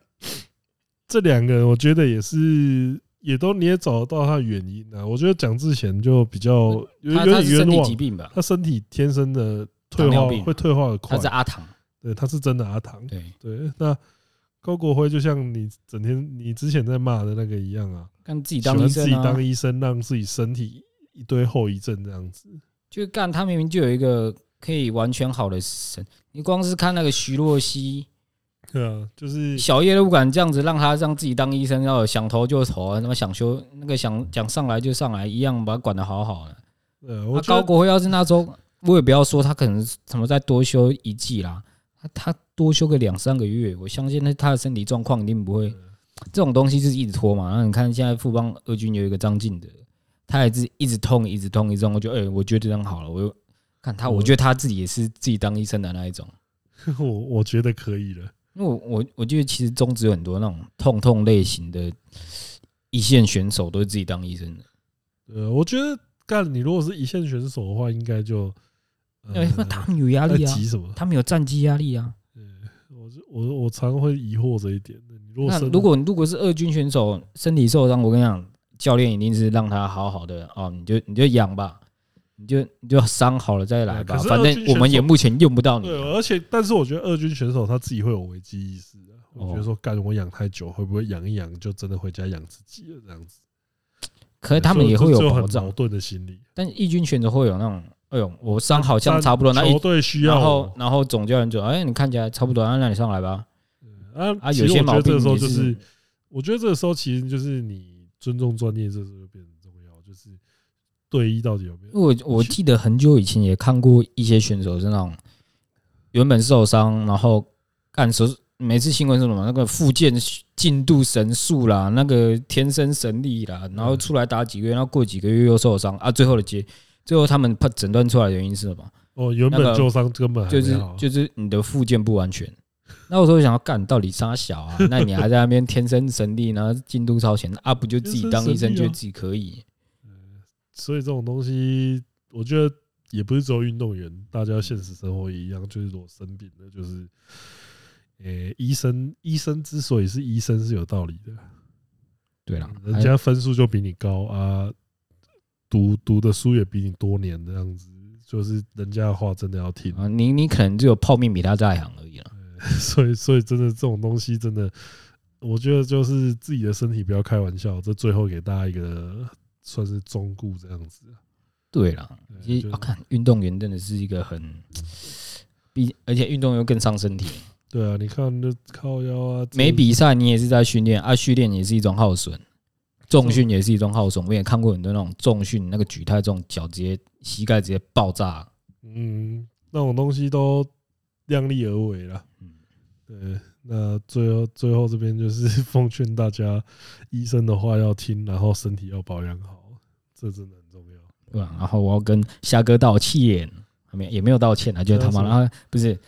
Speaker 1: 这两个人，我觉得也是，也都你也找得到他的原因啊。我觉得蒋志贤就比较 有有
Speaker 3: 他他
Speaker 1: 点
Speaker 3: 是
Speaker 1: 冤
Speaker 3: 身体疾
Speaker 1: 枉，
Speaker 3: 病吧？
Speaker 1: 他身体天生的退
Speaker 3: 糖
Speaker 1: 化
Speaker 3: 尿病
Speaker 1: 会退化的快
Speaker 3: 他是，阿唐，
Speaker 1: 对，他是真的阿唐。
Speaker 3: 对，
Speaker 1: 对，那高国辉就像你整天你之前在骂的那个一样啊，
Speaker 3: 干自己
Speaker 1: 喜
Speaker 3: 当
Speaker 1: 欢
Speaker 3: 医
Speaker 1: 自
Speaker 3: 生
Speaker 1: 己
Speaker 3: 啊
Speaker 1: 当，医生，让自己身体一堆后遗症这样子。
Speaker 3: 就干他明明就有一个可以完全好的神，你光是看那个徐若曦，
Speaker 1: 对啊， 就是
Speaker 3: 小叶都不敢这样子让他让自己当医生，要有想投就投啊，他妈想修那个想想上来就上来，一样把他管得好好的。
Speaker 1: 呃，
Speaker 3: 那
Speaker 1: 我觉
Speaker 3: 高
Speaker 1: 得
Speaker 3: 国辉要是那时候，我也不要说他可能什么再多休一季啦，他他多休个两三个月，我相信他他的身体状况一定不
Speaker 1: 嗯
Speaker 3: 会。这种东西就是一直拖嘛。然后你看现在富邦二军有一个张进德，他也是一直痛，一直痛，一直痛。我就哎、我觉得这样好了，我又看他，
Speaker 1: 我
Speaker 3: 我觉得他自己也是自己当医生的那一种。
Speaker 1: 我我觉得可以了。
Speaker 3: 因为我我我觉得其实中职有很多那种痛痛类型的一线选手都是自己当医生的。
Speaker 1: 呃，我觉得干你如果是一线选手的话，应该就嗯
Speaker 3: 因为哎他们有
Speaker 1: 压
Speaker 3: 压力啊，
Speaker 1: 急什么？
Speaker 3: 他们有战绩压力啊。
Speaker 1: 我是我我常会疑惑这一点。你如果
Speaker 3: 那
Speaker 1: 生
Speaker 3: 如果如果是二军选手身体受伤，我跟你讲，教练一定是让他好好的哦，你就你就养吧，你就你就伤好了再来吧，
Speaker 1: 可是
Speaker 3: 反
Speaker 1: 二军
Speaker 3: 正我
Speaker 1: 选
Speaker 3: 们也
Speaker 1: 手
Speaker 3: 目前用不到你
Speaker 1: 对，
Speaker 3: 啊。
Speaker 1: 而且但是我觉得二军选手他自己会有危机意识啊。我
Speaker 3: 哦
Speaker 1: 觉得说干我养太久，会不会养一养就真的回家养自己了这样子？
Speaker 3: 可是他们
Speaker 1: 所以
Speaker 3: 也
Speaker 1: 这
Speaker 3: 会有
Speaker 1: 这很
Speaker 3: 保障
Speaker 1: 矛，盾的心理。
Speaker 3: 但一军选手会有那种，哎呦，我伤好像差不多，那
Speaker 1: 球
Speaker 3: 一
Speaker 1: 队需要
Speaker 3: 然后
Speaker 1: 我
Speaker 3: 然后总教练就哎，你看起来差不多，那那你上来吧。
Speaker 1: 啊
Speaker 3: 啊，
Speaker 1: 其
Speaker 3: 有
Speaker 1: 实
Speaker 3: 些
Speaker 1: 我觉
Speaker 3: 毛
Speaker 1: 得这
Speaker 3: 病
Speaker 1: 个时候
Speaker 3: 也
Speaker 1: 就是，我觉得这个时候其实就是你尊重专业，这时候就变得很重要，就是队医到底有没有？
Speaker 3: 因为我我记得很久以前也看过一些选手是那种原本受伤，然后干手术每次新闻是什么那个复健进度神速啦，那个天生神力啦，然后出来打几个月，然后过几个月又受伤啊，最后的
Speaker 1: 嗯
Speaker 3: 结，最后他们判诊断出来的原因是什么？
Speaker 1: 哦，原
Speaker 3: 那
Speaker 1: 本
Speaker 3: 个
Speaker 1: 旧伤根本还
Speaker 3: 就
Speaker 1: 没
Speaker 3: 是
Speaker 1: 好
Speaker 3: 就是你的附件不完全。那我说我想要干，到底杀小啊？那你还在那边天生神力，然后进度超前啊？不就自己当医生，
Speaker 1: 天生神力啊
Speaker 3: 觉得自己可以？
Speaker 1: 所以这种东西，我觉得也不是只有运动员，大家现实生活也一样，就是我生病了，就是，呃、医生医生之所以是医生是有道理的，
Speaker 3: 对啦，
Speaker 1: 人
Speaker 3: 还
Speaker 1: 家分数就比你高啊，读读的书也比你多年这样子，就是人家的话真的要听，
Speaker 3: 啊，你你可能只有泡面比他在行而已啦。
Speaker 1: 所以所以真的这种东西真的，我觉得就是自己的身体不要开玩笑，这最后给大家一个算是忠告这样子。
Speaker 3: 对啦，
Speaker 1: 对
Speaker 3: 其实
Speaker 1: 嗯就
Speaker 3: 啊，看运动员真的是一个很，比而且运动员又更伤身体。
Speaker 1: 对啊，你看那靠腰啊，这
Speaker 3: 每比赛你也是在训练啊，训练也是一种耗损，重训也是一种耗损。我也看过很多那种重训，那个举太重，脚直接膝盖直接爆炸。
Speaker 1: 嗯，那种东西都量力而为啦。
Speaker 3: 嗯
Speaker 1: 对，那最后最后这边就是 奉劝大家，医生的话要听，然后身体要保养好，这真的很重要。
Speaker 3: 对吧、然后我要跟虾哥道歉，还没有也没有道歉啊，就是他妈，
Speaker 1: 对啊
Speaker 3: 然后不是，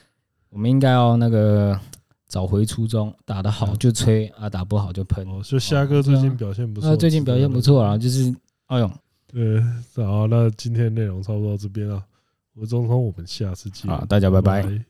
Speaker 3: 我们应该要那个找回初衷，打得好
Speaker 1: 嗯
Speaker 3: 就吹啊，打不好就喷。
Speaker 1: 哦，就虾哥最
Speaker 3: 对
Speaker 1: 近
Speaker 3: 啊
Speaker 1: 表现不错，
Speaker 3: 那最近表现不错啊，
Speaker 1: 值
Speaker 3: 就是哎呦
Speaker 1: 得认真。对，好，那今天内容差不多到这边啊，我是钟聪，我们下次见
Speaker 3: 啊，大家拜拜。
Speaker 1: 拜